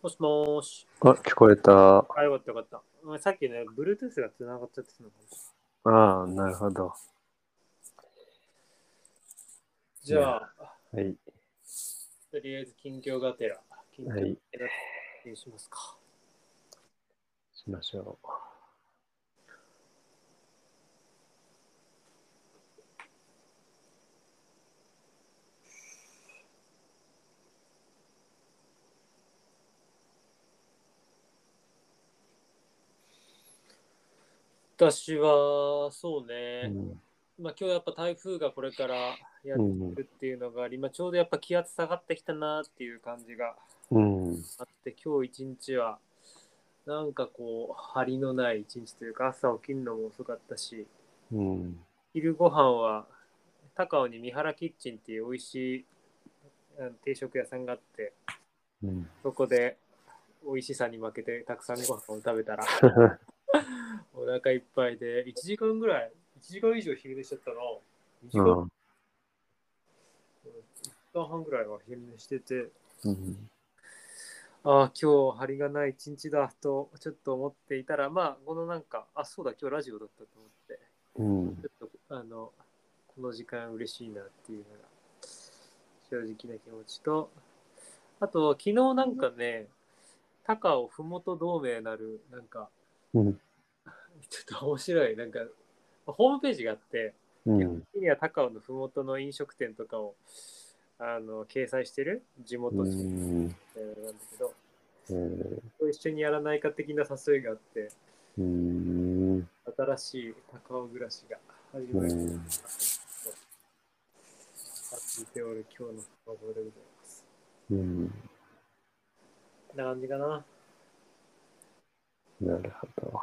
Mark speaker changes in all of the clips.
Speaker 1: もしもーし。
Speaker 2: あ、聞こえた。あ
Speaker 1: あ、よかったよかった。うんさっきね、Bluetooth が繋がっちゃってたのかもしれない
Speaker 2: あ、なるほど。
Speaker 1: じゃあ、
Speaker 2: はい。
Speaker 1: とりあえず近況がてら、近況が
Speaker 2: はい。
Speaker 1: てらにしますか。
Speaker 2: しましょ
Speaker 1: 私は、そう
Speaker 2: う。う
Speaker 1: ね、
Speaker 2: ん。
Speaker 1: まあ今日やっぱ台風がこれからやっ
Speaker 2: う
Speaker 1: て
Speaker 2: ん
Speaker 1: くるっていうのがあり、まあちょうどやっぱ気圧下がってきたなっていう感じが
Speaker 2: うん。
Speaker 1: あって、今日一日は、なんかこう、張りのない一日というか、朝起きるのも遅かったし、
Speaker 2: うん。
Speaker 1: 昼ご飯は高尾に三原キッチンっていう美味しいあの定食屋さんがあって
Speaker 2: うん。
Speaker 1: そこで美味しさに負けてたくさんご飯を食べたら お腹いっぱいで1時間ぐらい1時間以上昼寝しちゃったの2時
Speaker 2: う
Speaker 1: 間,、
Speaker 2: ん。
Speaker 1: 半ぐらいは昼寝してて
Speaker 2: うん。
Speaker 1: ああ今日張りがない一日だとちょっと思っていたらまあこのなんかあそうだ今日ラジオだったと思って
Speaker 2: うん。
Speaker 1: ちょっとあのこの時間嬉しいなっていうのが正直な気持ちとあと昨日なんかね高尾ふもと同盟なるなんか
Speaker 2: うん。
Speaker 1: ちょっと面白いなんかホームページがあって
Speaker 2: うん。
Speaker 1: には高尾のふもとの飲食店とかをあの掲載してる地元
Speaker 2: う
Speaker 1: のみ
Speaker 2: ん。
Speaker 1: たいなのなんだけど、
Speaker 2: えー
Speaker 1: それ一緒にやらないか的な誘いがあって
Speaker 2: うん。
Speaker 1: 新しい高尾暮らしが始まりました。あ聞いておる今日の放送でございます。
Speaker 2: うん。
Speaker 1: こんな感じかな。
Speaker 2: なるほど。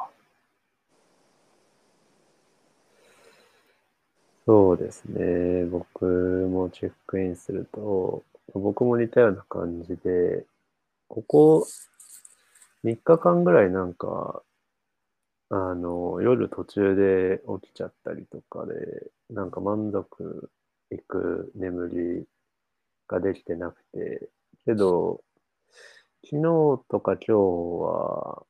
Speaker 2: そうですね。僕もチェックインすると、僕も似たような感じで、ここ3日間ぐらいなんか、あの、夜途中で起きちゃったりとかで、なんか満足いく眠りができてなくて、けど、昨日とか今日は、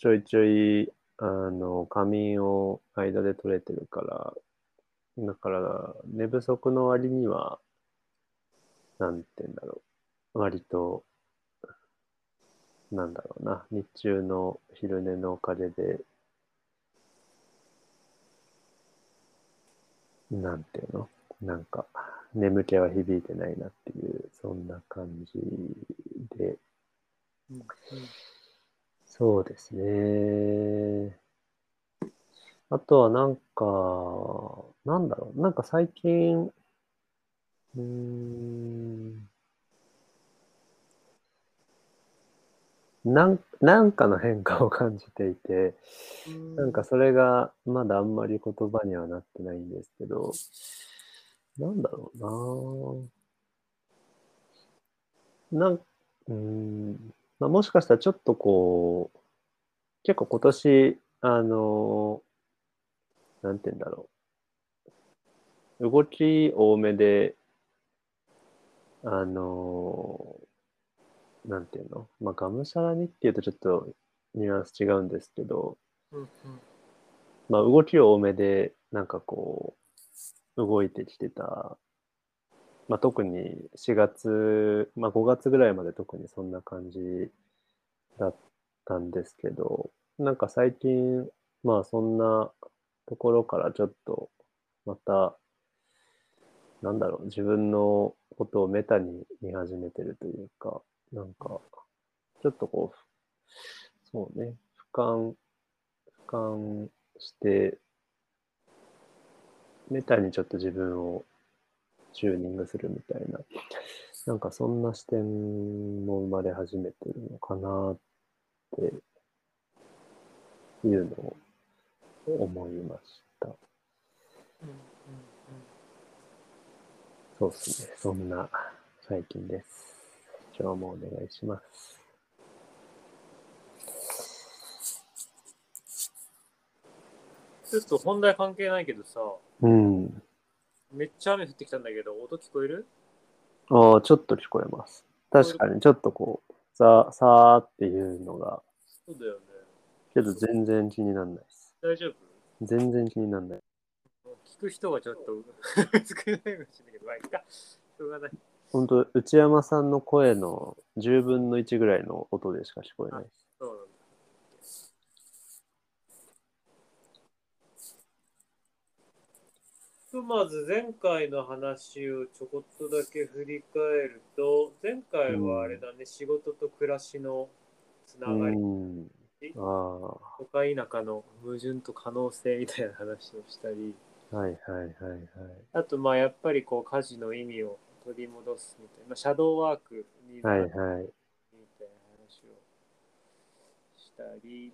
Speaker 2: ちょいちょい、あの、仮眠を間で取れてるから、だから、寝不足の割には、なんて言うんだろう。割と、なんだろうな。日中の昼寝のおかげで、なんていうのなんか、眠気は響いてないなっていう、そんな感じで、
Speaker 1: うんうん
Speaker 2: そうですね。あとはなんか、なんだろう、なんか最近、うーん、なん、なんかの変化を感じていて、なんかそれがまだあんまり言葉にはなってないんですけど、なんだろうなぁなん、うーん、まあ、もしかしたらちょっとこう、結構今年、あのーなんて言うんだろう。動き多めで、あのーなんていうのまあ、がむしゃらにっていうとちょっとニュアンス違うんですけど、
Speaker 1: うんうん
Speaker 2: まあ、動きを多めで、なんかこう、動いてきてた。まあ、特に4月、まあ、5月ぐらいまで特にそんな感じだったんですけど、なんか最近、まあ、そんなところからちょっと、また、なんだろう、自分のことをメタに見始めてるというか、なんか、ちょっとこう、そうね、俯瞰、俯瞰して、メタにちょっと自分をチューニングするみたいな、なんかそんな視点も生まれ始めてるのかなっていうのを思いました。
Speaker 1: うんうん
Speaker 2: そうですね。そんな最近です。今日もお願いします。
Speaker 1: ちょっと本題関係ないけどさ、
Speaker 2: うん。
Speaker 1: めっちゃ雨降ってきたんだけど、音聞こえる
Speaker 2: ああ、ちょっと聞こえます。確かに、ちょっとこう、さ、さーっていうのが、
Speaker 1: そうだよね。
Speaker 2: けど全然気にならないです。
Speaker 1: 大丈夫
Speaker 2: 全然気にならない。
Speaker 1: 聞く人がちょっと少ないかもしれないけど、まあ、いいか。しょうがない。
Speaker 2: 本当内山さんの声の10分の1ぐらいの音でしか聞こえない。
Speaker 1: そうなんだ。ひとまず前回の話をちょこっとだけ振り返ると、前回はあれだね、仕事と暮らしのつな
Speaker 2: う
Speaker 1: がり
Speaker 2: ん。ああ、は
Speaker 1: 都会田舎の矛盾と可能性みたいな話をしたり、
Speaker 2: いはいはいはい。
Speaker 1: あとまあやっぱりこう家事の意味を取り戻すみたいな、まあ、シャドーワークに
Speaker 2: はいはい。
Speaker 1: みたいな話をしたり、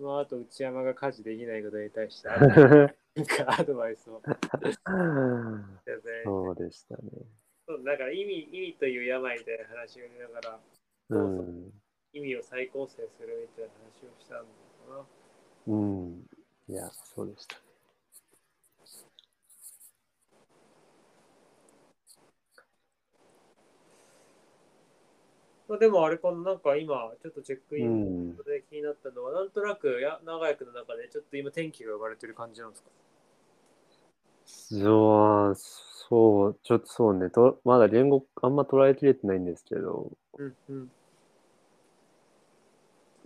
Speaker 1: まあ、あと内山が家事できないことに対して、 なんかアドバイスを。だよね
Speaker 2: そうでしたね。
Speaker 1: そうだから意味意味という病みたいな話をしながら、
Speaker 2: うん。
Speaker 1: 意味を再構成するみたいな話をしたんだかな。
Speaker 2: うん。いや、そうでした。
Speaker 1: まあ、でもあれかな、なんか今、ちょっとチェックイ
Speaker 2: う
Speaker 1: ン
Speaker 2: ん。
Speaker 1: で気になったのは、なんとなくや長屋区の中で、ちょっと今天気が呼ばれてる感じなんですか
Speaker 2: そう、そう、ちょっとそうね、とまだ言語あんま捉えきれてないんですけど、
Speaker 1: うんうん。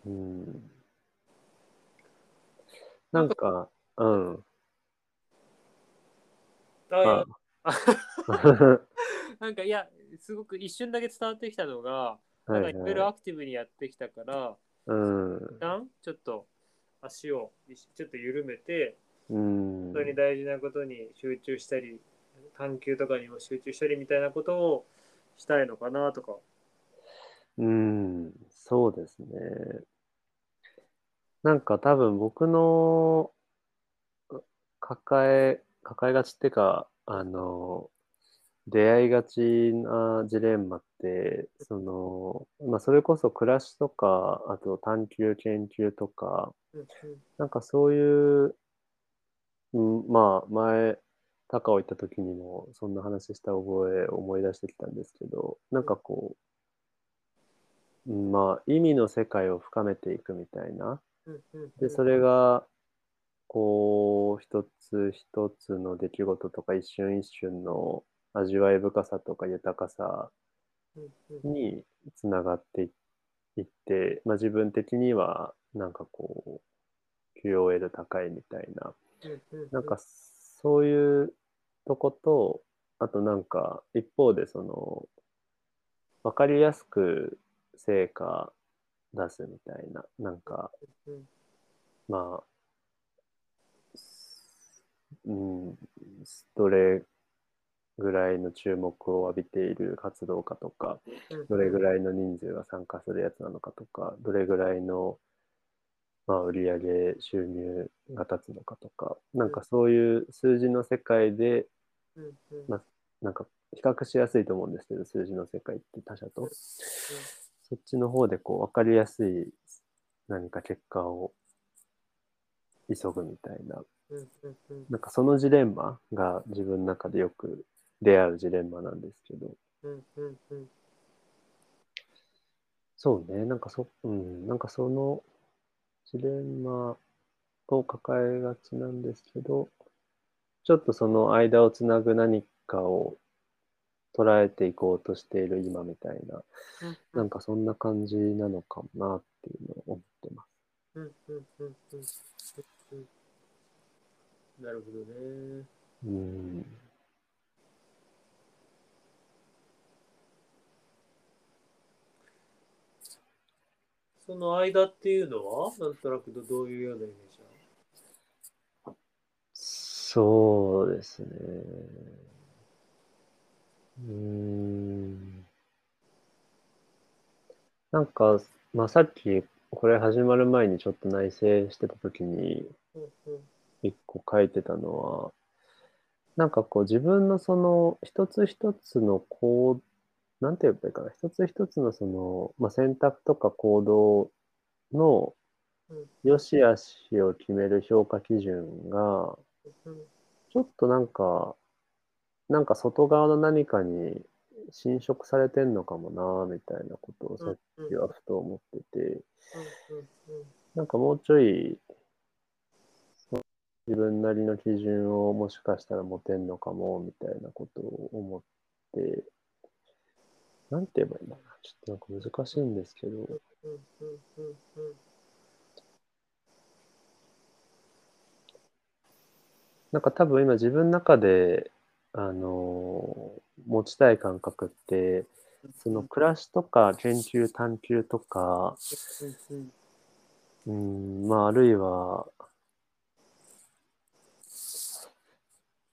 Speaker 2: うん。なんか、うん。
Speaker 1: あいや
Speaker 2: あは
Speaker 1: なんかいや、すごく一瞬だけ伝わってきたのが、
Speaker 2: い
Speaker 1: なん
Speaker 2: は
Speaker 1: か
Speaker 2: い
Speaker 1: い。ろいろアクティブにやってきたから、
Speaker 2: うん。
Speaker 1: 一旦ちょっと足をちょっと緩めて、
Speaker 2: うん。
Speaker 1: 本当に大事なことに集中したり、探求とかにも集中したりみたいなことをしたいのかなとか。
Speaker 2: うん、そうですね。なんか多分僕のう抱え、抱えがちってか、あの、出会いがちなジレンマって、その、まあそれこそ暮らしとか、あと探求研究とか、
Speaker 1: うんうん
Speaker 2: なんかそういう、うん、まあ前、高尾行った時にもそんな話した覚えを思い出してきたんですけど、なんかこう、うんまあ意味の世界を深めていくみたいな。
Speaker 1: うんうんう
Speaker 2: で、
Speaker 1: ん
Speaker 2: それが、こう、一つ一つの出来事とか一瞬一瞬の味わい深さとか豊かさ
Speaker 1: うんうん
Speaker 2: につながっていって、まあ、自分的にはなんかこう QOL 高いみたいな
Speaker 1: うんうん
Speaker 2: なんかそういうとことあとなんか一方でその分かりやすく成果出すみたいななんか
Speaker 1: うん
Speaker 2: まあ、うん、どれぐらいの注目を浴びている活動家とか、
Speaker 1: うん
Speaker 2: どれぐらいの人数が参加するやつなのかとか、どれぐらいの、まあ、売上収入が立つのかとか、なんかそういう数字の世界で、
Speaker 1: うんうん
Speaker 2: まあなんか比較しやすいと思うんですけど、数字の世界って他者と。そっちの方でこう分かりやすい何か結果を急ぐみたいな、
Speaker 1: うんうんうん
Speaker 2: なんかそのジレンマが自分の中でよく出会うジレンマなんですけど、
Speaker 1: うんうんうん
Speaker 2: そうね、なんかそ、うん、なんかそのジレンマを抱えがちなんですけど、ちょっとその間をつなぐ何かを捉えていこうとしている今みたいな、なんかそんな感じなのかもなっていうのを思ってます。
Speaker 1: うんうんうんうんうんなるほどね。
Speaker 2: うん
Speaker 1: その間っていうのは、なんとなくどどういうようなイメージなの
Speaker 2: そうですね。うーん。なんか、まあ、さっき、これ始まる前にちょっと内省してた時に、
Speaker 1: うんうん
Speaker 2: 一個書いてたのは、なんかこう自分のその一つ一つの行動、なんて言えばいいかな、一つ一つのその、まあ、選択とか行動の
Speaker 1: うん
Speaker 2: 良し悪しを決める評価基準が、
Speaker 1: うん
Speaker 2: ちょっとなんか、なんか外側の何かに侵食されてんのかもな、みたいなことをさっ
Speaker 1: うん
Speaker 2: きはふと思ってて、
Speaker 1: うんうん
Speaker 2: なんかもうちょい、そう自分なりの基準をもしかしたら持てんのかも、みたいなことを思って、なんて言えばいいんだろうな。ちょっとなんか難しいんですけど、
Speaker 1: うんうんうんうん
Speaker 2: なんか多分今自分の中で、あのー持ちたい感覚って、その暮らしとか研究探求とか、
Speaker 1: うんうん
Speaker 2: うん、まあ、あるいは、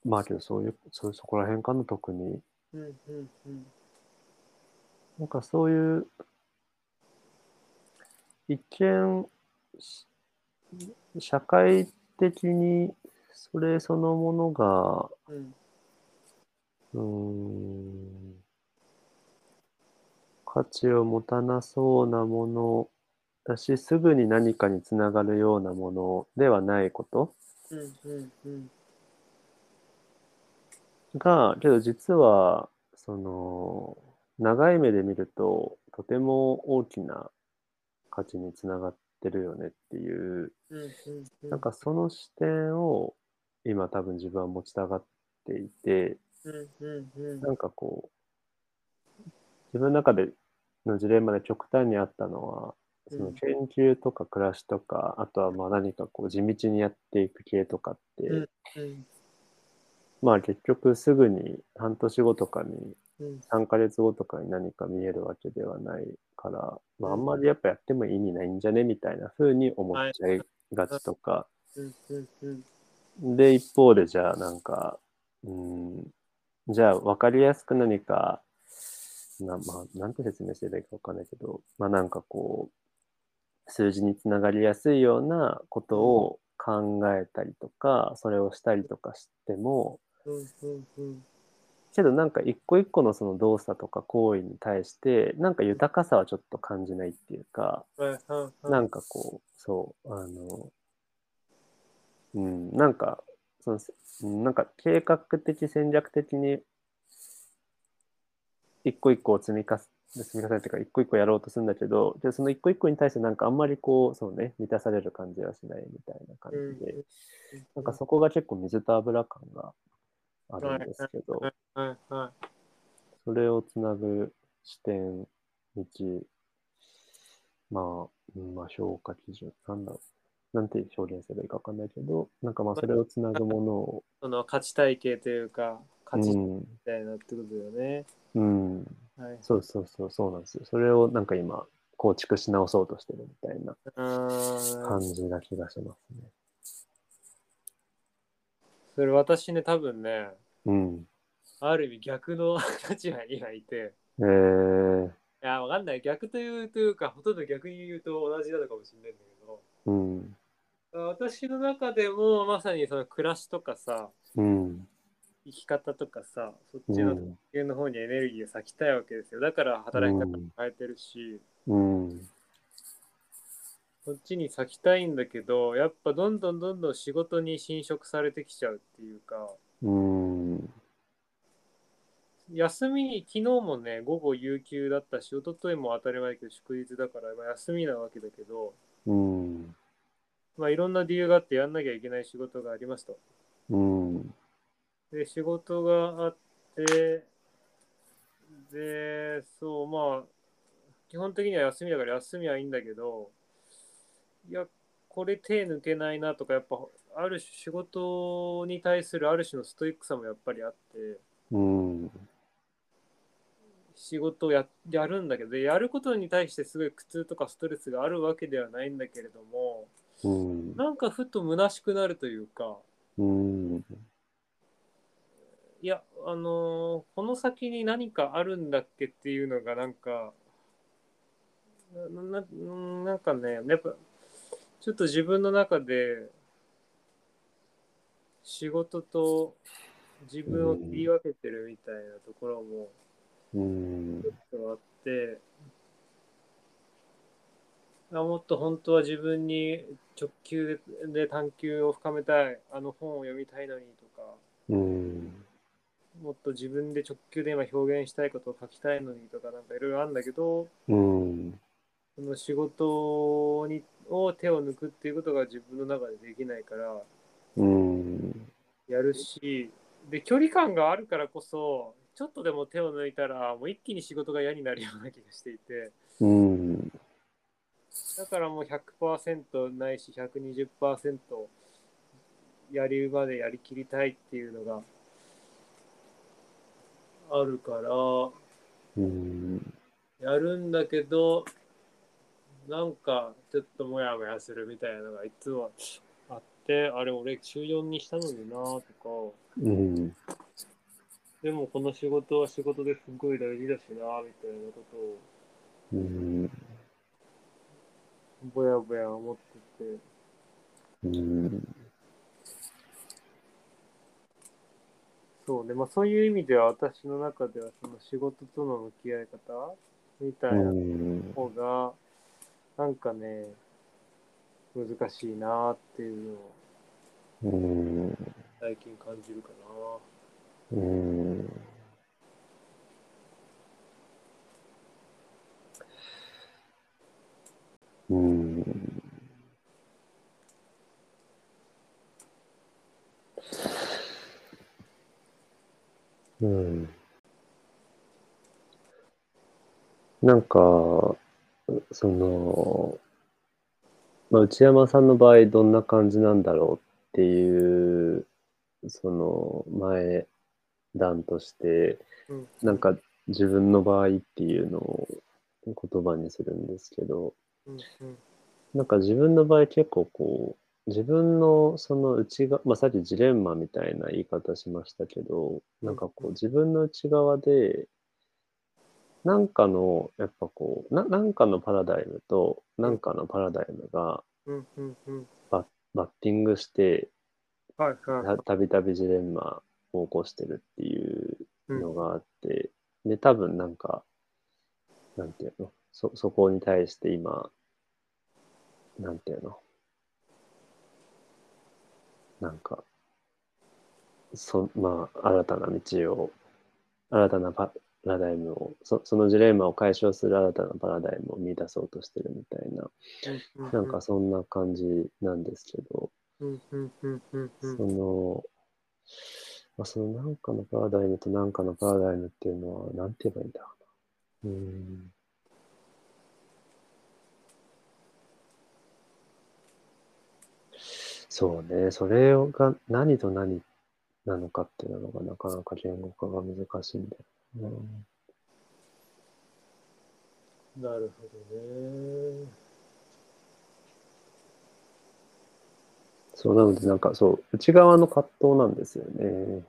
Speaker 2: まあ、けど、そういう、そうそこら辺かな、特に。
Speaker 1: うんうんうん
Speaker 2: なんかそういう、一見、し社会的に、それそのものが、
Speaker 1: うん
Speaker 2: うーん価値を持たなそうなものだし、すぐに何かにつながるようなものではないこと
Speaker 1: うんうんうん
Speaker 2: が、けど実は、その、長い目で見ると、とても大きな価値につながってるよねっていう、
Speaker 1: うんうんうん
Speaker 2: なんかその視点を今多分自分は持ちたがっていて、
Speaker 1: うんうんうん
Speaker 2: なんかこう、自分の中でのジレンマで極端にあったのは、その
Speaker 1: うん
Speaker 2: 研究とか暮らしとか、あとはまあ何かこう地道にやっていく系とかって、
Speaker 1: うんうん
Speaker 2: まあ結局すぐに半年後とかに
Speaker 1: うん
Speaker 2: 3ヶ月後とかに何か見えるわけではないから、まああ
Speaker 1: うん
Speaker 2: んまりやっぱやっても意味ないんじゃねみたいな風に思っちゃいがちとか、
Speaker 1: うんうんうん
Speaker 2: で、一方で、じゃあ、なんか、うん、じゃあ、わかりやすく何か、な、まあ、なんて説明していいかわかんないけど、まあ、なんかこう、数字につながりやすいようなことを考えたりとか、それをしたりとかしても、
Speaker 1: うんうんうん
Speaker 2: けどなんか一個一個のその動作とか行為に対して、なんか豊かさはちょっと感じないっていうか、
Speaker 1: はいはいはい
Speaker 2: なんかこう、そう、あの、うん、なんか、そのせうんなんか計画的、戦略的に、一個一個を積み重ね、積み重ねていうか、一個一個やろうとするんだけど、でその一個一個に対してなんかあんまりこう、そうね、満たされる感じはしないみたいな感
Speaker 1: うん
Speaker 2: じで、
Speaker 1: うん
Speaker 2: なんかそこが結構水と油感があるんですけど、
Speaker 1: はいは
Speaker 2: それをつなぐ視点、道、まあ、うんまあ、評価基準、なんだろう。なんて表現すればいいかわかんないけど、なんかまあ、それをつなぐものを、
Speaker 1: いその価値体系というか価値
Speaker 2: う
Speaker 1: み
Speaker 2: ん、
Speaker 1: たいなってことだよね、
Speaker 2: うん、
Speaker 1: はい
Speaker 2: そうそうそう、そうなんですよ。それをなんか今、構築し直そうとしてるみたいな
Speaker 1: あー
Speaker 2: 感じな気がしますね。
Speaker 1: それ私ね多分ね
Speaker 2: うん。
Speaker 1: ある意味逆の 立場に今いて
Speaker 2: えー、
Speaker 1: いやわかんない逆というというかほとんど逆に言うと同じなのかもしれないんだけど
Speaker 2: うん、
Speaker 1: 私の中でもまさにその暮らしとかさ
Speaker 2: うん、
Speaker 1: 生き方とかさそっ
Speaker 2: う
Speaker 1: ちの
Speaker 2: ん、
Speaker 1: 地球の方にエネルギーを割きたいわけですよだから働き方も変えてるし、
Speaker 2: うん、
Speaker 1: そっちに割きたいんだけどやっぱどんどんどんどん仕事に侵食されてきちゃうっていうか
Speaker 2: うん、
Speaker 1: 休みに昨日もね午後有給だったし一昨日も当たり前だけど祝日だから、まあ、休みなわけだけど、
Speaker 2: うん、
Speaker 1: まあ、いろんな理由があってやんなきゃいけない仕事がありますと。
Speaker 2: うん、
Speaker 1: で、仕事があって、で、そう、まあ、基本的には休みだから休みはいいんだけど、いや、これ手抜けないなとか、やっぱ、ある種仕事に対するある種のストイックさもやっぱりあって、
Speaker 2: うん、
Speaker 1: 仕事をややるんだけどで、やることに対してすごい苦痛とかストレスがあるわけではないんだけれども、
Speaker 2: うん、
Speaker 1: なんかふと虚しくなるというか、
Speaker 2: うん、
Speaker 1: いや、あのーこの先に何かあるんだっけっていうのが、なんか、なななんかね、やっぱ、ちょっと自分の中で、仕事と自分を切り分けてるみたいなところも
Speaker 2: うん
Speaker 1: ちょっとあって、あもっと本当は自分に直球でで探求を深めたい、あの本を読みたいのにとか、
Speaker 2: うん、
Speaker 1: もっと自分で直球で今表現したいことを書きたいのにとかなんかいろいろあるんだけど
Speaker 2: うん。
Speaker 1: その仕事にを手を抜くっていうことが自分の中でできないから
Speaker 2: うん。
Speaker 1: やるしで距離感があるからこそちょっとでも手を抜いたらもう一気に仕事が嫌になるような気がしていて
Speaker 2: うん。
Speaker 1: だからもう100%ないし120%やりまでやりきりたいっていうのがあるから
Speaker 2: うん。
Speaker 1: やるんだけどなんかちょっとモヤモヤするみたいなのがいつもあってあれ俺中4にしたのになとか
Speaker 2: うん。
Speaker 1: でもこの仕事は仕事ですごい大事だしなみたいなことを
Speaker 2: うん。
Speaker 1: ぼやぼや思ってて。
Speaker 2: うん。
Speaker 1: そうね、まあ、そういう意味では私の中ではその仕事との向き合い方みたいな方がなんかね難しいなっていうのを
Speaker 2: うん。
Speaker 1: 最近感じるか
Speaker 2: うん。うん。うん。なんか、その、まあ、内山さんの場合どんな感じなんだろうっていう、その前段として、
Speaker 1: な、うん、
Speaker 2: なんか自分の場合っていうのを言葉にするんですけど、
Speaker 1: うんうん
Speaker 2: なんか自分の場合結構こう、自分のその内側、まあ、さっきジレンマみたいな言い方しましたけど、なんかこう自分の内側で、なんかの、やっぱこう、ななんかのパラダイムと、なんかのパラダイムが
Speaker 1: うんうんうん
Speaker 2: バッティングして、
Speaker 1: はいはい
Speaker 2: たたびたびジレンマを起こしてるっていうのがあって、で、多分なんか、なんていうの、そ、そこに対して今、なんていうの、なんか、そ、まあ、新たな道を、新たなパラダイムを、そそのジレンマを解消する新たなパラダイムを見出そうとしてるみたいな、
Speaker 1: うん
Speaker 2: なんかそんな感じなんですけど、
Speaker 1: うんうんうんうんう
Speaker 2: そ
Speaker 1: ん
Speaker 2: の、まあ、そのなんかのパラダイムとなんかのパラダイムっていうのは、なんて言えばいいんだろうな。うーん。そうね、それが何と何なのかっていうのがなかなか言語化が難しいんだよな。
Speaker 1: なるほどね
Speaker 2: そう、なのでなんかそう、内側の葛藤なんですよね。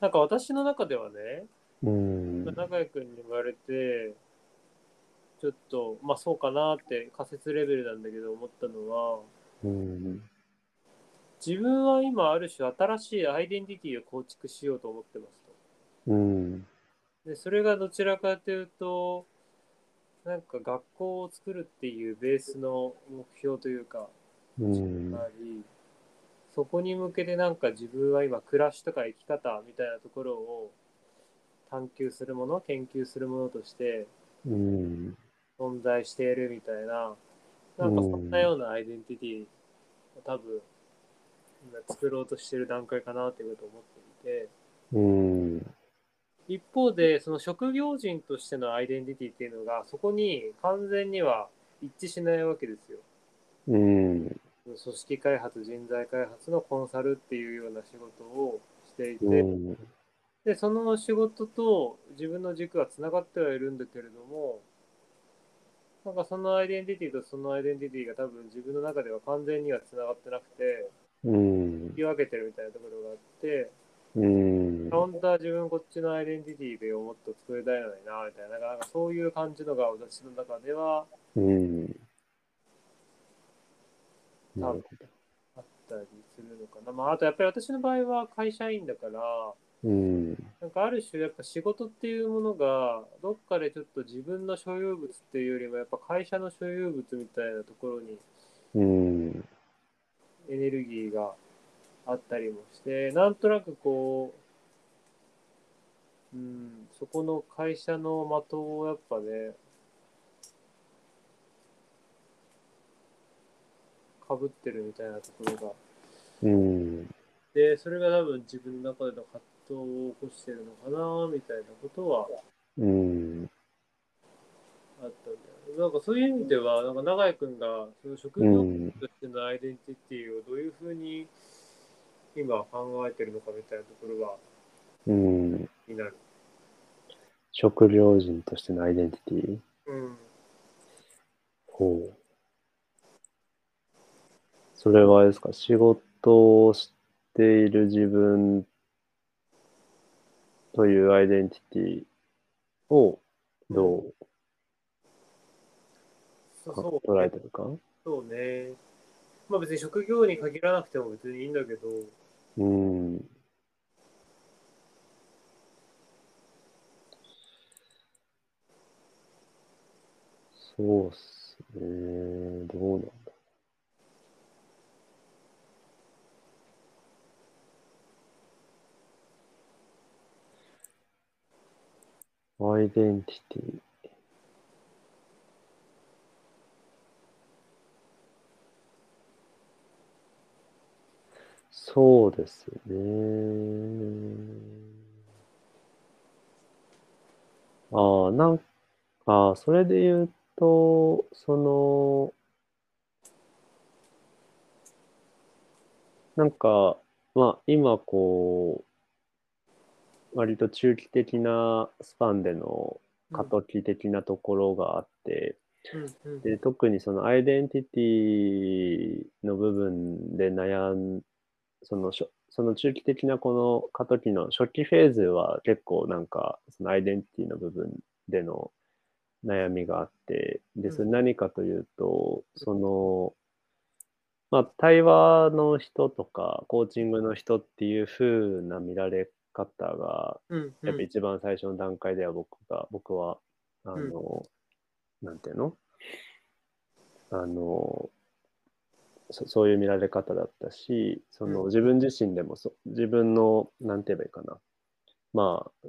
Speaker 1: なんか私の中ではね
Speaker 2: うん。
Speaker 1: 中居君に言われてちょっとまあそうかなって仮説レベルなんだけど思ったのは
Speaker 2: うん。
Speaker 1: 自分は今ある種新しいアイデンティティを構築しようと思ってます
Speaker 2: うん。
Speaker 1: と。でそれがどちらかというとなんか学校を作るっていうベースの目標というか
Speaker 2: うん。
Speaker 1: あり、そこに向けてなんか自分は今暮らしとか生き方みたいなところを探求するもの研究するものとして
Speaker 2: うん。
Speaker 1: 存在しているみたいななんかそんなようなアイデンティティを多分今作ろうとしてる段階かなっていうことを思っていて。
Speaker 2: うん。
Speaker 1: 一方でその職業人としてのアイデンティティっていうのがそこに完全には一致しないわけですよ。
Speaker 2: うん。
Speaker 1: 組織開発人材開発のコンサルっていうような仕事をしていて、
Speaker 2: うん
Speaker 1: でその仕事と自分の軸はつながってはいるんだけれどもなんかそのアイデンティティとそのアイデンティティが多分自分の中では完全にはつながってなくて
Speaker 2: うん
Speaker 1: 言い分けてるみたいなところがあって
Speaker 2: うん。
Speaker 1: 本当は自分こっちのアイデンティティでもっと作りたいのにな、みたいな、なんかなんかそういう感じのが私の中では
Speaker 2: うん。なるほど。
Speaker 1: あったりするのかな。まあ、あとやっぱり私の場合は会社員だから、
Speaker 2: うん。
Speaker 1: なんかある種やっぱ仕事っていうものがどっかでちょっと自分の所有物っていうよりもやっぱ会社の所有物みたいなところに
Speaker 2: うん。
Speaker 1: エネルギーがあったりもしてなんとなくこう、うん、そこの会社の的をやっぱねかぶってるみたいなところが
Speaker 2: うん。
Speaker 1: でそれが多分自分の中での葛藤を起こしてるのかなみたいなことは
Speaker 2: うん。
Speaker 1: あったんだよねなんかそういう意味では、なんか永井君がその職
Speaker 2: う
Speaker 1: 業
Speaker 2: ん。
Speaker 1: としてのアイデンティティをどういうふうに今考えてるのかみたいなところは
Speaker 2: うん。
Speaker 1: 気になる。
Speaker 2: 食料人としてのアイデンティティ
Speaker 1: うん。
Speaker 2: ほう。それはあれですか、仕事をしている自分というアイデンティティをどう
Speaker 1: そうそう
Speaker 2: 捉えてるか
Speaker 1: そうね。まあ別に職業に限らなくても別にいいんだけど、
Speaker 2: うん。そうっすね。どうなんだ。アイデンティティ。そうですね。ああ、なんああ、それで言うと、その、なんか、まあ、今、こう、割と中期的なスパンでの過渡期的なところがあって、
Speaker 1: うんうん
Speaker 2: で特にそのアイデンティティの部分で悩んそのしょその中期的なこの過渡期の初期フェーズは結構なんかそのアイデンティティの部分での悩みがあってでそれ
Speaker 1: うん
Speaker 2: 何かというとそのまあ対話の人とかコーチングの人っていう風な見られ方が
Speaker 1: うんう
Speaker 2: やっ
Speaker 1: ん
Speaker 2: ぱ一番最初の段階では僕が、僕は、あの、なんていうのあのそ、そういう見られ方だったし、その
Speaker 1: うん
Speaker 2: 自分自身でもそ、自分の、なんて言えばいいかな、まあ、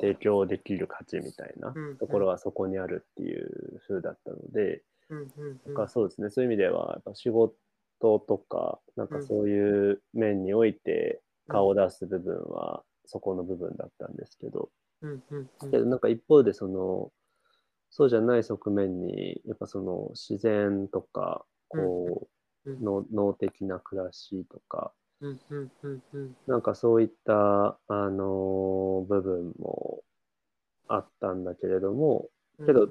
Speaker 2: 提供できる価値みたいな
Speaker 1: うん
Speaker 2: ところはそこにあるっていう風だったので、
Speaker 1: うんうんうん
Speaker 2: なんかそうですね、そういう意味では、やっぱ仕事とか、なんかそういう面において、顔を出す部分は、そこの部分だったんですけど、
Speaker 1: うんうんうん
Speaker 2: けどなんか一方でそのそうじゃない側面にやっぱその自然とかこう、
Speaker 1: うんうん
Speaker 2: の脳的な暮らしとか
Speaker 1: うんうんうんうん
Speaker 2: なんかそういったあの部分もあったんだけれども
Speaker 1: うん
Speaker 2: けど、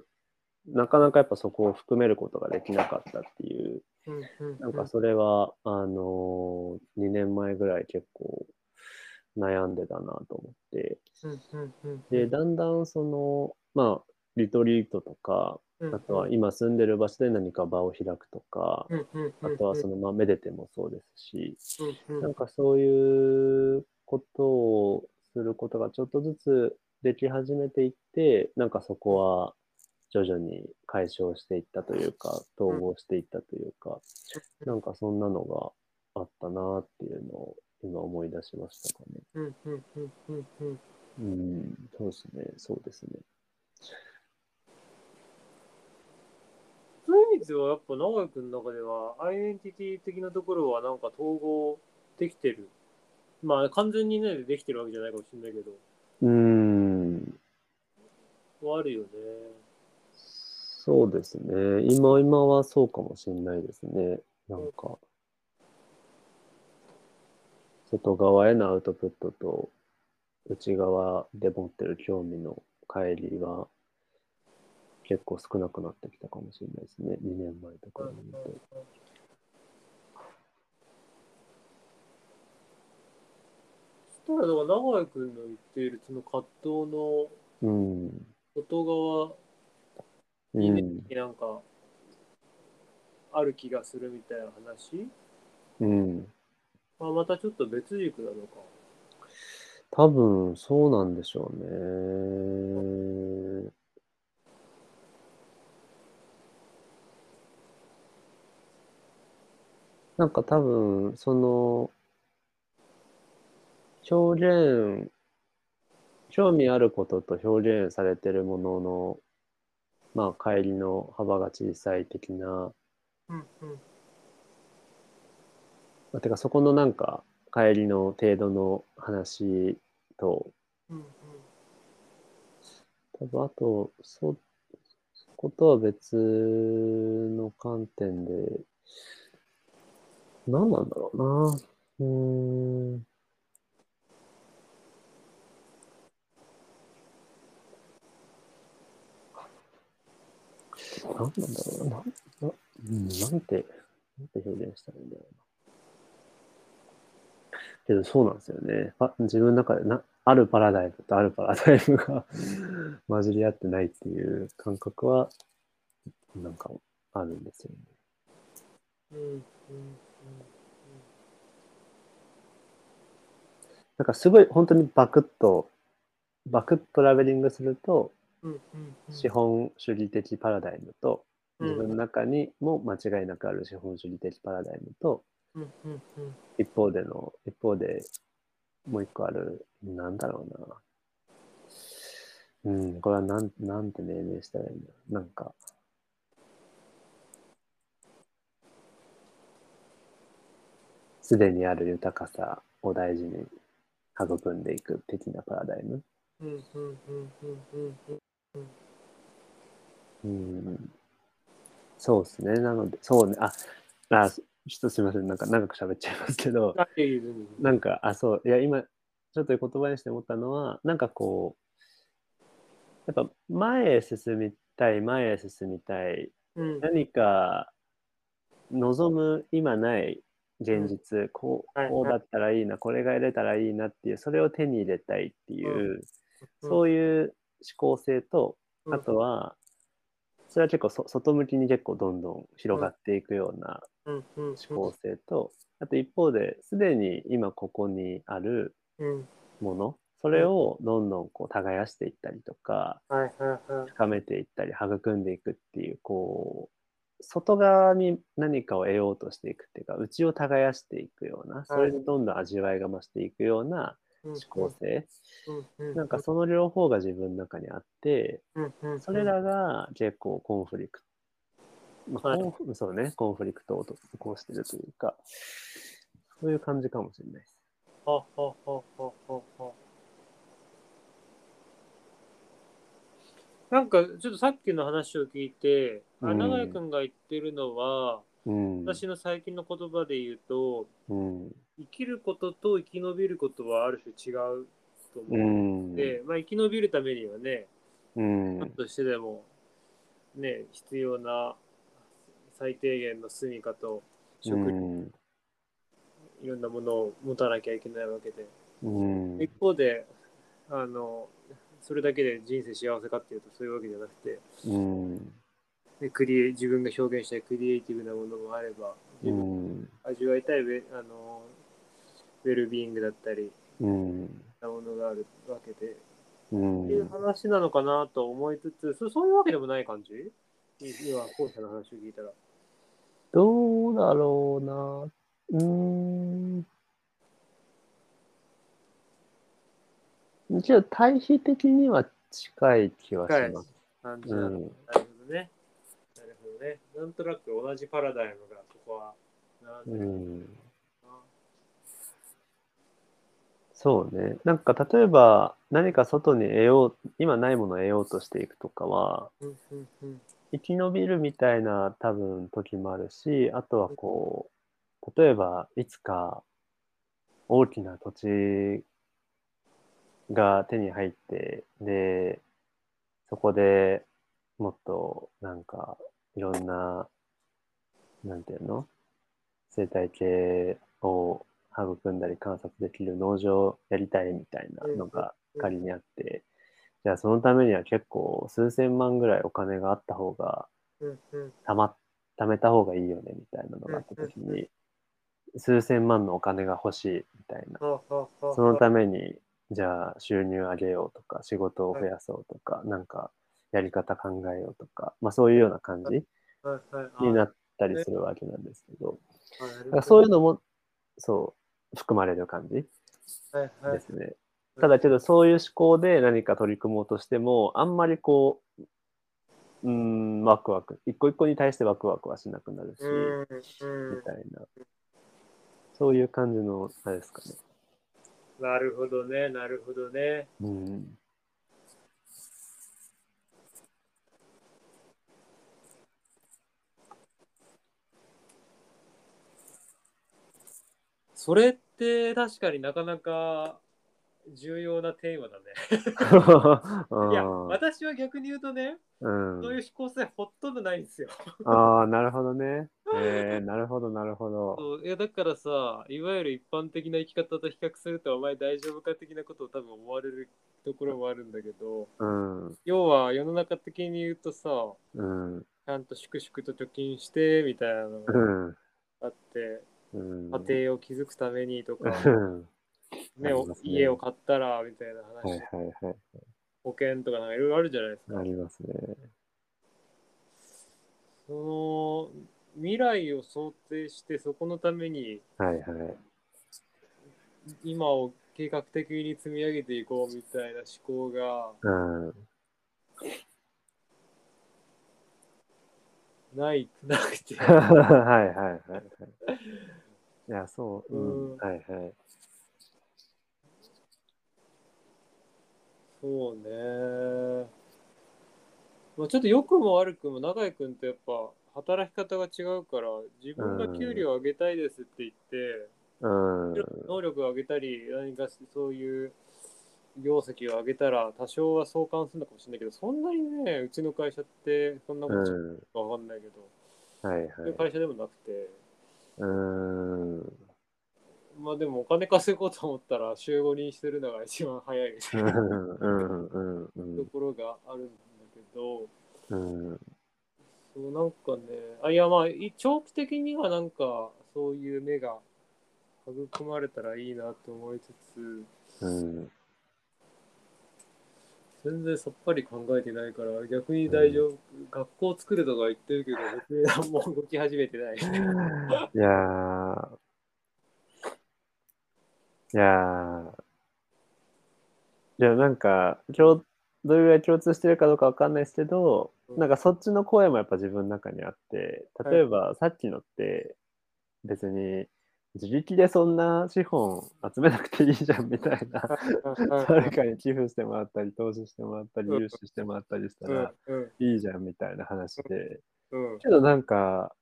Speaker 2: なかなかやっぱそこを含めることができなかったっていう
Speaker 1: うんうん
Speaker 2: なんかそれは、あの2年前ぐらい結構悩んでたなと思って。
Speaker 1: うんうんうん
Speaker 2: で、だんだんその、まあ、リトリートとか、
Speaker 1: うん
Speaker 2: あとは今住んでる場所で何か場を開くとか、
Speaker 1: うんうん
Speaker 2: あとはその、まあ、めでてもそうですし、
Speaker 1: うんうん
Speaker 2: なんかそういうことをすることがちょっとずつでき始めていって、なんかそこは徐々に解消していったというか、統合していったというか、なんかそんなのがあったなっていうのを今思い出しましたかね。
Speaker 1: うんうんうんうんうん
Speaker 2: うん、そうですね、そうですね。
Speaker 1: そういう意味ではやっぱ長井君の中ではアイデンティティ的なところはなんか統合できてるまあ完全にねできてるわけじゃないかもしれないけど
Speaker 2: うーん、
Speaker 1: はあるよね
Speaker 2: そうですね。今、今はそうかもしれないですね。なんか、外側へのアウトプットと、内側で持ってる興味の乖離は、結構少なくなってきたかもしれないですね。2年前とかに見て。
Speaker 1: スただ、だから、長井君の言っている、その葛藤の
Speaker 2: うん。
Speaker 1: 外側
Speaker 2: う
Speaker 1: にね
Speaker 2: ん。
Speaker 1: なんか、ある気がするみたいな話、
Speaker 2: うん。
Speaker 1: まあ、またちょっと別軸なのか。
Speaker 2: 多分そうなんでしょうね。なんか多分その表現興味あることと表現されてるもののまあ帰りの幅が小さい的な
Speaker 1: うんうん。
Speaker 2: まあてかそこのなんか帰りの程度の話と
Speaker 1: うんうん。
Speaker 2: 多分あと、そ、そことは別の観点で、何なんだろうな。うーん。何なんだろうな。な、なうん、なんて、なんて表現したらいいんだろうな。けどそうなんですよね。パ自分の中でな、あるパラダイムとあるパラダイムが 混じり合ってないっていう感覚は、なんかあるんですよね。
Speaker 1: うんうんうん
Speaker 2: なんかすごい本当にバクッと、バクッとラベリングすると、
Speaker 1: うんうんうん
Speaker 2: 資本主義的パラダイムと、
Speaker 1: うん
Speaker 2: 自分の中にも間違いなくある資本主義的パラダイムと、
Speaker 1: うんうんうん
Speaker 2: 一方での、一方でもう一個ある、なんだろうな。うん、これはなん、なんて命名したらいいんだろう。なんか。すでにある豊かさを大事に育んでいく的なパラダイム。
Speaker 1: うんうんうんうんうんうん
Speaker 2: うん。そうですね。なので、そうね。あ、あ、ちょっとすいません。なんか長く喋っちゃいますけど。
Speaker 1: あいえいえ全然
Speaker 2: なんか、あ、そう、いや、今、ちょっと言葉にして思ったのは、なんかこう、やっぱ前へ進みたい、前へ進みたい、
Speaker 1: うん
Speaker 2: 何か望む今ない現実、こう
Speaker 1: はいはい
Speaker 2: こうだったらいいな、これが得れたらいいなっていう、それを手に入れたいっていう、そういう思考性と、
Speaker 1: うん
Speaker 2: あとは、それは結構そ外向きに結構どんどん広がっていくような
Speaker 1: うんうんうん
Speaker 2: 思考性と、あと一方ですでに今ここにある
Speaker 1: うん
Speaker 2: ものそれをどんどんこう耕していったりとか
Speaker 1: はいはいはい
Speaker 2: 深めていったり育んでいくっていうこう外側に何かを得ようとしていくっていうか内を耕していくようなそれでどんどん味わいが増していくような
Speaker 1: 思
Speaker 2: 思考性、
Speaker 1: うん
Speaker 2: なんかその両方が自分の中にあって
Speaker 1: うんうん
Speaker 2: それらが結構コンフリクト、まあ
Speaker 1: はい
Speaker 2: コンフそうね、コンフリクトを起こしてるというか、そういう感じかもしれないです。
Speaker 1: ははははははなんかちょっとさっきの話を聞いて、あ
Speaker 2: うん
Speaker 1: 永井君が言ってるのは、
Speaker 2: うん。
Speaker 1: 私の最近の言葉で言うと、
Speaker 2: うん。
Speaker 1: 生きることと生き延びることはある種違うと
Speaker 2: う。
Speaker 1: 思うんで、まあ、生き延びるためにはね、
Speaker 2: うん
Speaker 1: ちょっとしてでも、ね、必要な最低限の住みかと食
Speaker 2: う
Speaker 1: 料、
Speaker 2: ん。
Speaker 1: いろんなものを持たなきゃいけないわけで、
Speaker 2: うん。
Speaker 1: 一方であのそれだけで人生幸せかっていうとそういうわけじゃなくて
Speaker 2: うん。
Speaker 1: でクリエ自分が表現したいクリエイティブなものもあれば
Speaker 2: う
Speaker 1: 自分
Speaker 2: ん。
Speaker 1: が味わいたいウェ,、あのウェルビーイングだったり
Speaker 2: うん。
Speaker 1: なものがあるわけで、
Speaker 2: うん
Speaker 1: っていう話なのかなと思いつつそそういうわけでもない感じい今後者の話を聞いたら。
Speaker 2: どうだろうな。うーん。一応対比的には近い気はします。
Speaker 1: 感じな
Speaker 2: う。
Speaker 1: の、なんるほどね。なるほどね。なんとなく同じパラダイムがここはな
Speaker 2: う
Speaker 1: る
Speaker 2: ん。
Speaker 1: ほ
Speaker 2: そうね。なんか例えば何か外に得よう、今ないものを得ようとしていくとかは、
Speaker 1: どな。うんうんうん
Speaker 2: 生き延びるみたいな多分時もあるし、あとはこう、例えばいつか大きな土地が手に入って、で、そこでもっとなんかいろんな、なんていうの生態系を育んだり観察できる農場やりたいみたいなのが
Speaker 1: うん
Speaker 2: 仮にあって、じゃあそのためには結構数千万ぐらいお金があった方が
Speaker 1: うんうん
Speaker 2: たま、貯めた方がいいよねみたいなのがあった時
Speaker 1: うんうん
Speaker 2: に、数千万のお金が欲しいみたいな。
Speaker 1: はあはあはあはあ
Speaker 2: そのために、じゃあ収入上げようとか、仕事を増やそうとか、なんかやり方考えようとか、まあそういうような感じ
Speaker 1: はいはいあ
Speaker 2: になったりするわけなんですけど、
Speaker 1: あなる
Speaker 2: だ
Speaker 1: ほ
Speaker 2: か
Speaker 1: ど
Speaker 2: らそういうのも、そう、含まれる感じ
Speaker 1: はいはい
Speaker 2: ですね。ただけど、そういう思考で何か取り組もうとしても、あんまりこう、うーん、ワクワク、一個一個に対してワクワクはしなくなるし、
Speaker 1: うんう
Speaker 2: み
Speaker 1: ん
Speaker 2: たいな、そういう感じの、あれですかね。
Speaker 1: なるほどねなるほどね
Speaker 2: うん。
Speaker 1: それって確かになかなか重要なテーマだね。いや、私は逆に言うとね、
Speaker 2: うん
Speaker 1: そういう思考性ほとんどないんですよ。
Speaker 2: ああ、なるほどね。えー、なるほど、なるほど。
Speaker 1: そういやだからさ、いわゆる一般的な生き方と比較すると、お前大丈夫か的なことを多分思われるところもあるんだけど、
Speaker 2: うん、
Speaker 1: 要は世の中的に言うとさ、
Speaker 2: うん、うん、
Speaker 1: ちゃんと粛々と貯金してみたいなの
Speaker 2: う
Speaker 1: が
Speaker 2: ん。
Speaker 1: あって、
Speaker 2: うん
Speaker 1: 家庭を築くためにとか、
Speaker 2: うん
Speaker 1: ね
Speaker 2: ありますね
Speaker 1: 家を買ったらみたいな
Speaker 2: はいは
Speaker 1: 話、
Speaker 2: いはい。
Speaker 1: 保険とかなんかいろいろあるじゃないですか。
Speaker 2: ありますね。
Speaker 1: その未来を想定してそこのために
Speaker 2: はいはい。
Speaker 1: 今を計画的に積み上げていこうみたいな思考が
Speaker 2: うん。
Speaker 1: ないなくて
Speaker 2: はいはいはいはい。いや、そう、うん、
Speaker 1: うん
Speaker 2: はいはい。
Speaker 1: そうね、まあ、ちょっと良くも悪くも永井君とやっぱ働き方が違うから自分が給料を上げたいですって言って、
Speaker 2: うん。
Speaker 1: 能力を上げたり何かそういう業績を上げたら多少は相関するのかもしれないけどそんなにねうちの会社ってそんなこ
Speaker 2: う
Speaker 1: とし
Speaker 2: ん。
Speaker 1: かわかんないけど、
Speaker 2: はいはい。
Speaker 1: そういう会社でもなくて、
Speaker 2: うん。
Speaker 1: まあでもお金稼ごうと思ったら週5にしてるのが一番早いみた
Speaker 2: う
Speaker 1: い
Speaker 2: ん
Speaker 1: な
Speaker 2: うんうんうん
Speaker 1: ところがあるんだけど、
Speaker 2: うん
Speaker 1: そうなんかね、あいやまあい長期的にはなんかそういう目が育まれたらいいなと思いつつ、
Speaker 2: うん
Speaker 1: 全然さっぱり考えてないから逆に大丈夫、学校作るとか言ってるけど別に何も動き始めて ない。
Speaker 2: いやーいやーじゃあなんか共どれぐらい共通してるかどうかわかんないですけど、
Speaker 1: うん
Speaker 2: なんかそっちの声もやっぱ自分の中にあって例えばさっきのって別に自力でそんな資本集めなくていいじゃんみたいな誰かに寄付してもらったり投資してもらったり
Speaker 1: うん
Speaker 2: 融資してもらったりした
Speaker 1: う
Speaker 2: ら
Speaker 1: んうん
Speaker 2: いいじゃんみたいな話で。
Speaker 1: うん
Speaker 2: けどなんか、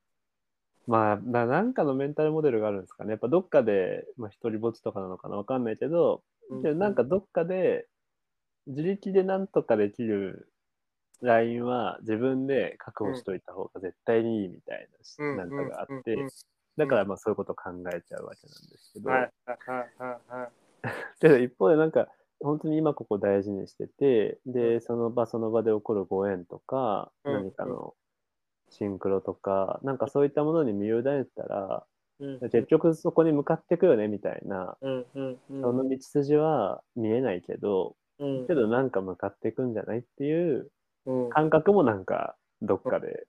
Speaker 2: まあ、ななんかのメンタルモデルがあるんですかね。やっぱどっかで、まあ、一人ぼっちとかなのかなわかんないけど、
Speaker 1: うん
Speaker 2: けどなんかどっかで、自力でなんとかできるラインは自分で確保しといた方が絶対にいいみたいな、
Speaker 1: うん
Speaker 2: なんかがあっ
Speaker 1: うんうん
Speaker 2: て
Speaker 1: うん、
Speaker 2: だからまあそういうことを考えちゃうわけなんですけど、
Speaker 1: はいはいはいはい。
Speaker 2: けど一方でなんか、本当に今ここ大事にしてて、
Speaker 1: う
Speaker 2: で、その場その場で起こるご縁とか、
Speaker 1: うん
Speaker 2: 何かのシンクロとか、なんかそういったものに身を委ねてたら、
Speaker 1: うん
Speaker 2: 結局そこに向かっていくよねみたいな、
Speaker 1: うんうんうん
Speaker 2: その道筋は見えないけど、
Speaker 1: うん
Speaker 2: けどなんか向かっていくんじゃないっていう
Speaker 1: うん
Speaker 2: 感覚もなんかどっかで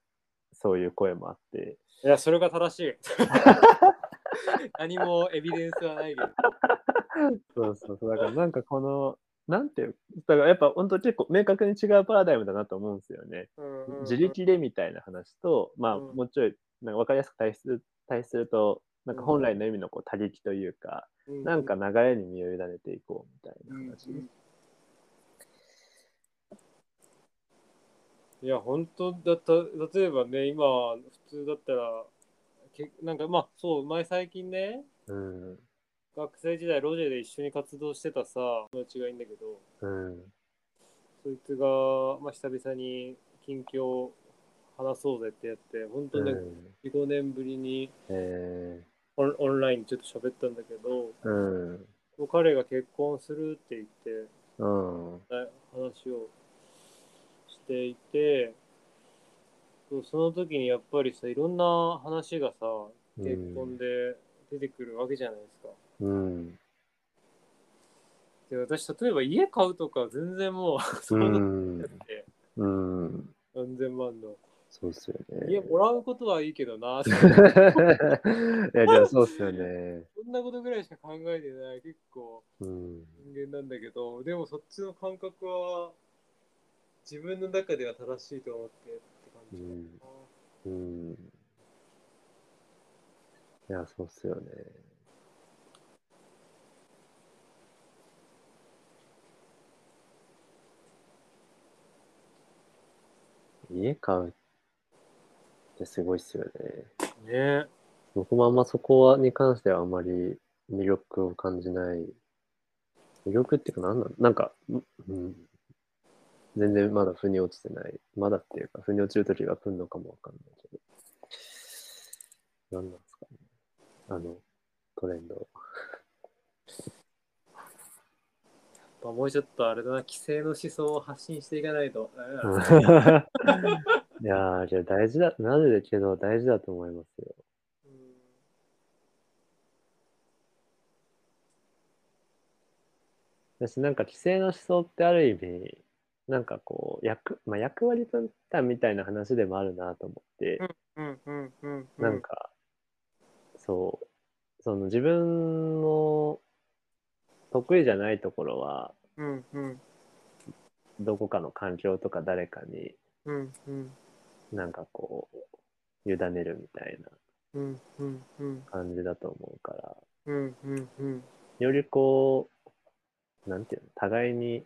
Speaker 2: そういう声もあって、
Speaker 1: いや、それが正し い。何もエビデンスはないけど。
Speaker 2: そうそうそう、だからなんかこの、なんていう、だからやっぱ本当結構明確に違うパラダイムだなと思うんですよね。
Speaker 1: うんうんうん
Speaker 2: 自力でみたいな話と、まあ、
Speaker 1: うん
Speaker 2: もうちょいなんか分かりやすく対比する対比すると、なんか
Speaker 1: うん
Speaker 2: 本来の意味のこう他力というか、なんか、流れに身を委ねていこうみ
Speaker 1: う
Speaker 2: たい
Speaker 1: ん
Speaker 2: な
Speaker 1: う
Speaker 2: 話。
Speaker 1: んいや、本当だった、例えばね、今、普通だったら、けなんかまあ、そう、前最近ね、
Speaker 2: うん。
Speaker 1: 学生時代、ロジェで一緒に活動してたさ、友達がいいんだけど、
Speaker 2: うん。
Speaker 1: そいつが、まあ、久々に近況話そうぜってやって、本当ね、
Speaker 2: うん
Speaker 1: 4、5年ぶりに
Speaker 2: え
Speaker 1: オンオンラインちょっと喋ったんだけど、
Speaker 2: うん。
Speaker 1: もう彼が結婚するって言って、
Speaker 2: うん。
Speaker 1: ね話をしていて、そうその時にやっぱりさ、いろんな話がさ、結婚で出てくるわけじゃないですか。
Speaker 2: うん。
Speaker 1: で私、例えば家買うとか全然もう、
Speaker 2: う
Speaker 1: そうなっ
Speaker 2: ん。
Speaker 1: て、
Speaker 2: うん。
Speaker 1: 何千万の。
Speaker 2: そうっすよ
Speaker 1: 家
Speaker 2: ね。
Speaker 1: もらうことはいいけどな、そ
Speaker 2: いや、でもそうっすよね。
Speaker 1: んなことぐらいしか考えてない、結構
Speaker 2: うん。
Speaker 1: 人間なんだけど、でもそっちの感覚は、自分の中では正しいと思ってって感じかな。
Speaker 2: うんうん。いや、そうっすよね。家買うってすごいっすよね。
Speaker 1: ね
Speaker 2: 僕もあんまそこはに関してはあんまり魅力を感じない。魅力っていうか何なのなんか、ううん。全然まだ腑に落ちてない。まだっていうか、腑に落ちる時が来るのかもわかんないけど。何なんですかね。あの、トレンド。
Speaker 1: まあ、もうちょっとあれだな、規制の思想を発信していかないと。うん
Speaker 2: いやー、じゃあ大事だ、なぜだけど大事だと思いますよ。私なんか規制の思想ってある意味なんかこう役,、まあ、役割分担みたいな話でもあるなと思って、
Speaker 1: うんうんうんう
Speaker 2: なん
Speaker 1: ん。
Speaker 2: かそうその自分の得意じゃないところは
Speaker 1: うんうん
Speaker 2: どこかの環境とか誰かに
Speaker 1: うんうん
Speaker 2: なんかこう委ねるみたいな
Speaker 1: うんうんうん
Speaker 2: 感じだと思うから
Speaker 1: うんうんうん
Speaker 2: よりこうなんていうの互いに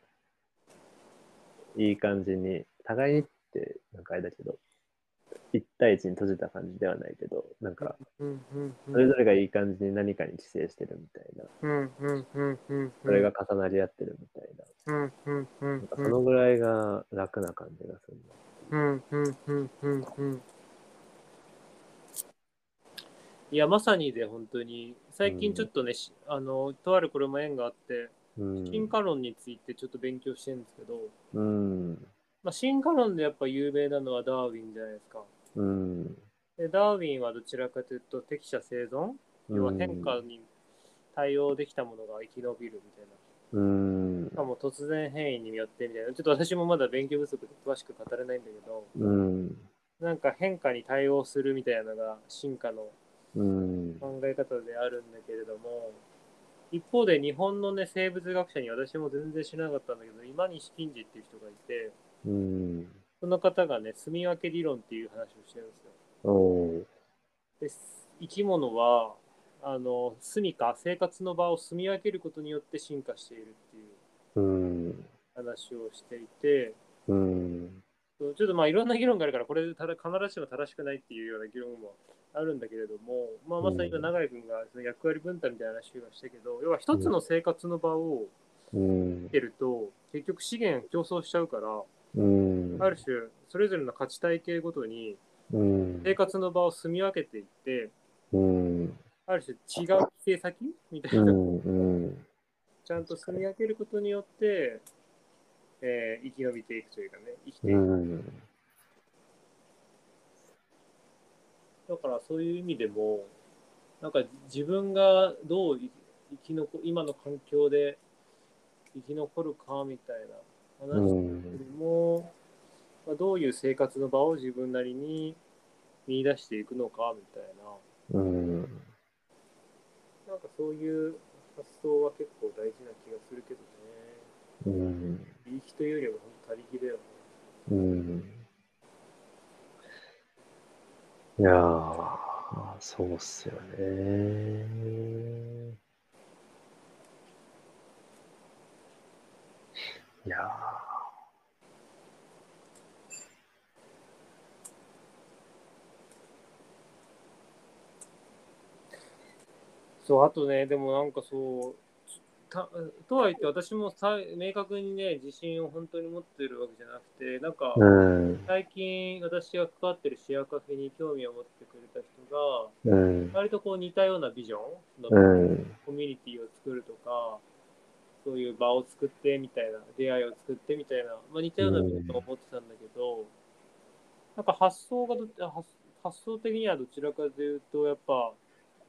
Speaker 2: いい感じに互いにってなんかあれだけど一対一に閉じた感じではないけどなんか
Speaker 1: うんうん
Speaker 2: それぞれがいい感じに何かに寄生してるみたいな
Speaker 1: うんうんうんうん
Speaker 2: それが重なり合ってるみたいな
Speaker 1: うんうんうん
Speaker 2: なんかそのぐらいが楽な感じがするな
Speaker 1: うんうんうんうんうんいやまさにで本当に最近ちょっとね、しあのとあるこれも縁があって
Speaker 2: うん
Speaker 1: 進化論についてちょっと勉強してるんですけど、
Speaker 2: うん
Speaker 1: まあ、進化論でやっぱ有名なのはダーウィンじゃないですか。
Speaker 2: うん
Speaker 1: でダーウィンはどちらかというと適者生存、要は変化に対応できたものが生き延びるみたいな。
Speaker 2: うん
Speaker 1: しかも突然変異によってみたいな。ちょっと私もまだ勉強不足で詳しく語れないんだけど、
Speaker 2: うん
Speaker 1: なんか変化に対応するみたいなのが進化の
Speaker 2: うん
Speaker 1: 考え方であるんだけれども、一方で日本のね、生物学者に私も全然知らなかったんだけど、今西金次っていう人がいて、
Speaker 2: うん
Speaker 1: その方がね、住み分け理論っていう話をしてるんですよ。
Speaker 2: おう
Speaker 1: で生き物はあの住処生活の場を住み分けることによって進化しているっていう
Speaker 2: うん
Speaker 1: 話をしていて
Speaker 2: うん
Speaker 1: そうちょっとまあいろんな議論があるからこれでたら必ずしも正しくないっていうような議論もあるんだけれども、まあ、まさに今
Speaker 2: うん
Speaker 1: 永井君がその役割分担みたいな話をしたけど、要は一つの生活の場を
Speaker 2: うん
Speaker 1: 得ると結局資源競争しちゃうから
Speaker 2: うん
Speaker 1: ある種それぞれの価値体系ごとに
Speaker 2: うん
Speaker 1: 生活の場を住み分けていって
Speaker 2: うん
Speaker 1: ある種違う規制先みたいな
Speaker 2: うんうん
Speaker 1: ちゃんと住み分けることによって、えー生き延びていくというかね、生きていく。
Speaker 2: うん
Speaker 1: だからそういう意味でも、なんか自分がどう生き残、今の環境で生き残るかみたいな
Speaker 2: う
Speaker 1: 話よ
Speaker 2: ん
Speaker 1: りも、まあ、どういう生活の場を自分なりに見出していくのかみたいな、
Speaker 2: うん
Speaker 1: なんかそういう発想は結構大事な気がするけどね。
Speaker 2: うん
Speaker 1: 生きというよりは本当足りきだよね。
Speaker 2: うんいやーそうっすよねいや
Speaker 1: そう、あとね、でもなんかそう、たとはいって私もさ明確にね自信を本当に持ってるわけじゃなくてなんか
Speaker 2: うん、
Speaker 1: 最近私が関わってるシェアカフェに興味を持ってくれた人が
Speaker 2: うん、
Speaker 1: 割とこう似たようなビジョン
Speaker 2: う
Speaker 1: の
Speaker 2: ん、
Speaker 1: コミュニティを作るとかそういう場を作ってみたいな出会いを作ってみたいな、まあ、似たようなビジョンを持ってたんだけどなんか発想がどっち発発想的にはどちらかというとやっぱ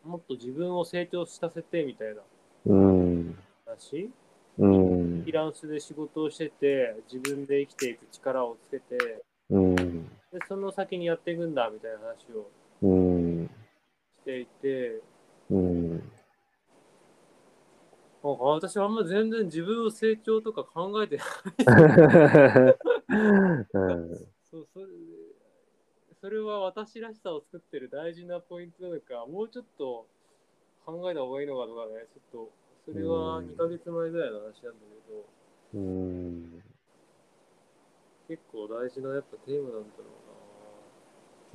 Speaker 1: もっと自分を成長させてみたいな
Speaker 2: うん、
Speaker 1: 話
Speaker 2: うん 음,
Speaker 1: フリーランスで仕事をしてて、自分で生きていく力をつけて、
Speaker 2: うん、
Speaker 1: でその先にやっていくんだみたいな話を
Speaker 2: うん、
Speaker 1: していて、
Speaker 2: うん、
Speaker 1: なんか私はあんま全然自分を成長とか考えてない。そうそれそれは私らしさを作ってる大事なポイントなのか、もうちょっと考えた方がいいのかとかね、ちょっと、それは
Speaker 2: うん
Speaker 1: 2ヶ月前ぐらいの話なんだけど、
Speaker 2: うん、
Speaker 1: 結構大事なやっぱテーマなんだ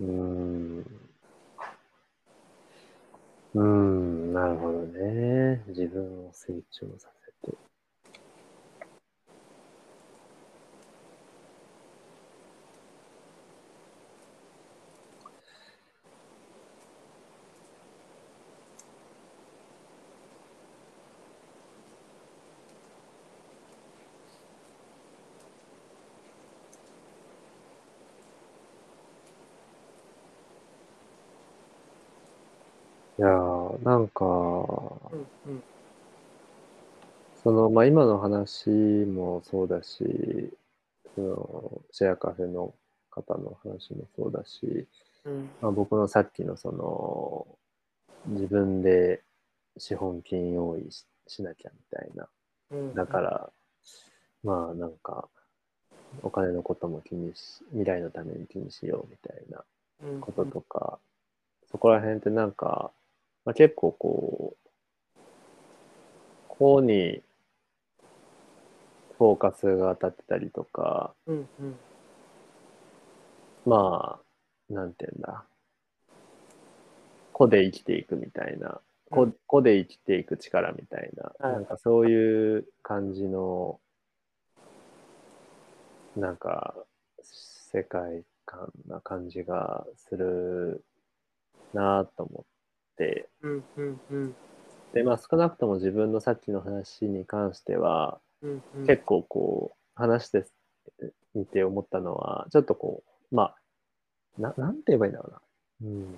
Speaker 1: ろ
Speaker 2: うん、うん、なるほどね。自分を成長させて。いやー、なんか、
Speaker 1: うな。うんうん
Speaker 2: その、まあ、今の話もそうだし、そのシェアカフェの方の話もそうだし、
Speaker 1: うん
Speaker 2: まあ、僕のさっきのその自分で資本金用意ししなきゃみたいな
Speaker 1: うん
Speaker 2: だから、まあなんか、お金のことも気にし、未来のために気にしようみたいなこととか、そこら辺ってなんか、まあ、結構こう、こうにフォーカスが当たってたりとか、
Speaker 1: うんうん
Speaker 2: まあ、なんて言うんだ、個で生きていくみたいな、個個で生きていく力みたいな、
Speaker 1: はい
Speaker 2: なんかそういう感じの、なんか、世界観な感じがするなぁと思って、
Speaker 1: うんうんうん
Speaker 2: で、まあ少なくとも自分のさっきの話に関して
Speaker 1: うん
Speaker 2: は、
Speaker 1: うん
Speaker 2: 結構こう話してみて思ったのはちょっとこうまあななんて言えばいいんだろうな、うん、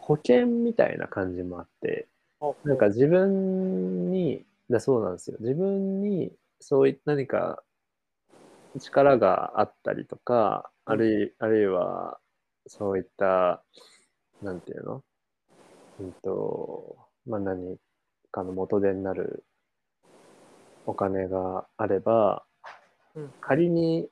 Speaker 2: 保険みたいな感じもあって
Speaker 1: 構
Speaker 2: なんか自分にだそうなんですよ自分にそういった何か力があったりとかあるいあるいはそういったなんていうのうんとまあ何かの元手になるお金があれば、
Speaker 1: うん
Speaker 2: 仮に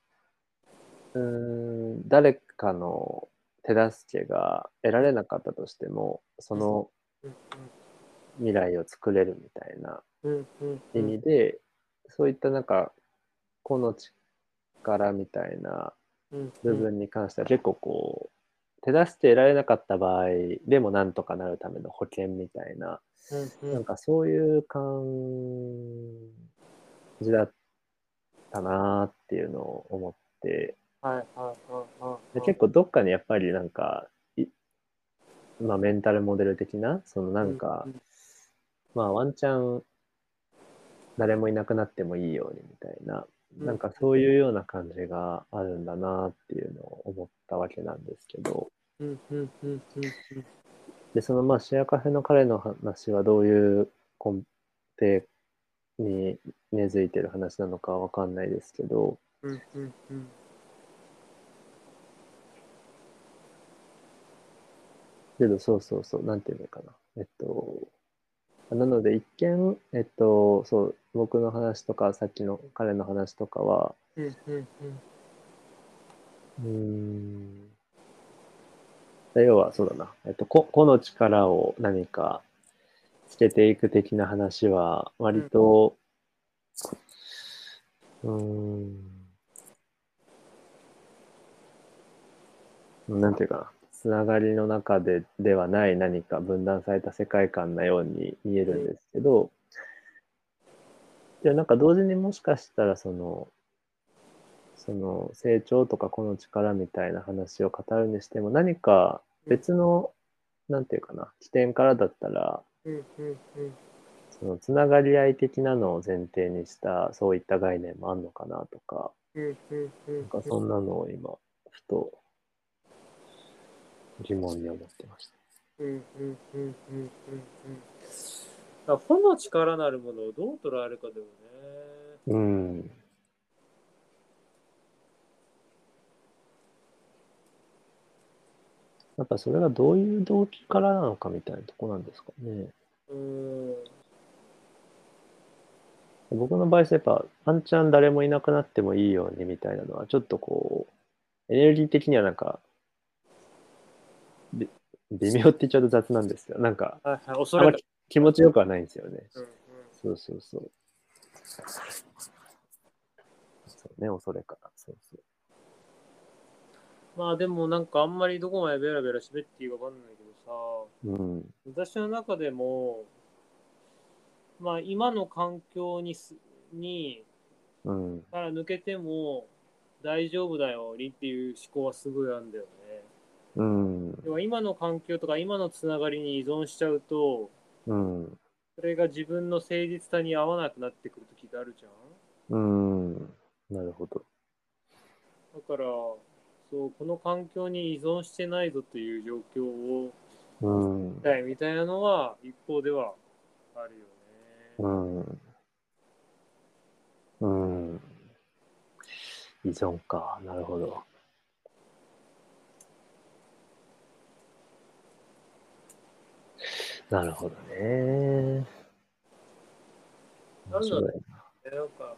Speaker 2: うーん誰かの手助けが得られなかったとしてもその未来を作れるみたいな
Speaker 1: うんうん
Speaker 2: 意味で、そういったなんかこの力みたいな
Speaker 1: うん
Speaker 2: 部分に関しては結構こう手助け得られなかった場合でもなんとかなるための保険みたいな
Speaker 1: うんうん
Speaker 2: なんかそういう感じだったなーっていうのを思って、
Speaker 1: はいはいはいはい
Speaker 2: で結構どっかにやっぱりなんか、いまあメンタルモデル的な、そのなんか、
Speaker 1: うん
Speaker 2: まあワンチャン誰もいなくなってもいいようにみたいな、
Speaker 1: うん
Speaker 2: なんかそういうような感じがあるんだなーっていうのを思ったわけなんですけど、
Speaker 1: うんうんうんうん
Speaker 2: で、そのまあシェアカフェの彼の話はどういう根底に根付いてる話なのかわかんないですけど、
Speaker 1: うんうんうん
Speaker 2: けどそうそうそう、なんて言うのかな。えっと、なので一見、えっと、そう、僕の話とか、さっきの彼の話とかは、
Speaker 1: うんうんうん
Speaker 2: うーん、要はそうだな、えっと、個個の力を何かつけていく的な話は、割と、うーん、なんていうかな、つながりの中でではない何か分断された世界観なように見えるんですけど、でもなんか同時にもしかしたらその、その成長とか個の力みたいな話を語るにしても何か別の、なんていうかな、起点からだったら、
Speaker 1: うんうんうん。
Speaker 2: そのつながり合い的なのを前提にしたそういった概念もあんのかなとか、
Speaker 1: うんうんうん。
Speaker 2: なんかそんなのを今、ふと疑問に思ってました。
Speaker 1: うんうんうんうんうんうん。だから個の力なるものをどう捉えるかだよね。
Speaker 2: うん。なんかそれがどういう動機からなのかみたいなとこなんですかね。
Speaker 1: うん。
Speaker 2: 僕の場合はやっぱ、ワンチャン誰もいなくなってもいいようにみたいなのは、ちょっとこう、エネルギー的にはなんか、び微妙って言っちゃうと雑なんですよ。なんか、
Speaker 1: はいはい、
Speaker 2: あ
Speaker 1: 恐
Speaker 2: んま
Speaker 1: れが
Speaker 2: り気持ちよくはないんですよね。
Speaker 1: うんうん。
Speaker 2: そうそうそう。そうね、恐れから。そうそう。
Speaker 1: まあでもなんかあんまりどこまでベラベラ喋っていいかわかんないけどさ、
Speaker 2: うん。
Speaker 1: 私の中でも、まあ今の環境にす、に、
Speaker 2: うん。
Speaker 1: から抜けても大丈夫だよ、りっていう思考はすごいあるんだよね。
Speaker 2: うん。
Speaker 1: 要は今の環境とか今のつながりに依存しちゃうと、
Speaker 2: うん。
Speaker 1: それが自分の誠実さに合わなくなってくる時があるじゃん。
Speaker 2: うん。なるほど。
Speaker 1: だから、そう、この環境に依存してないぞという状況を、
Speaker 2: うん。
Speaker 1: たいみたいなのは、一方ではあるよね。
Speaker 2: うん。うん。依存か。なるほど。なるほどね。
Speaker 1: な
Speaker 2: 面
Speaker 1: んだろ
Speaker 2: 白
Speaker 1: う
Speaker 2: い
Speaker 1: ねなんか、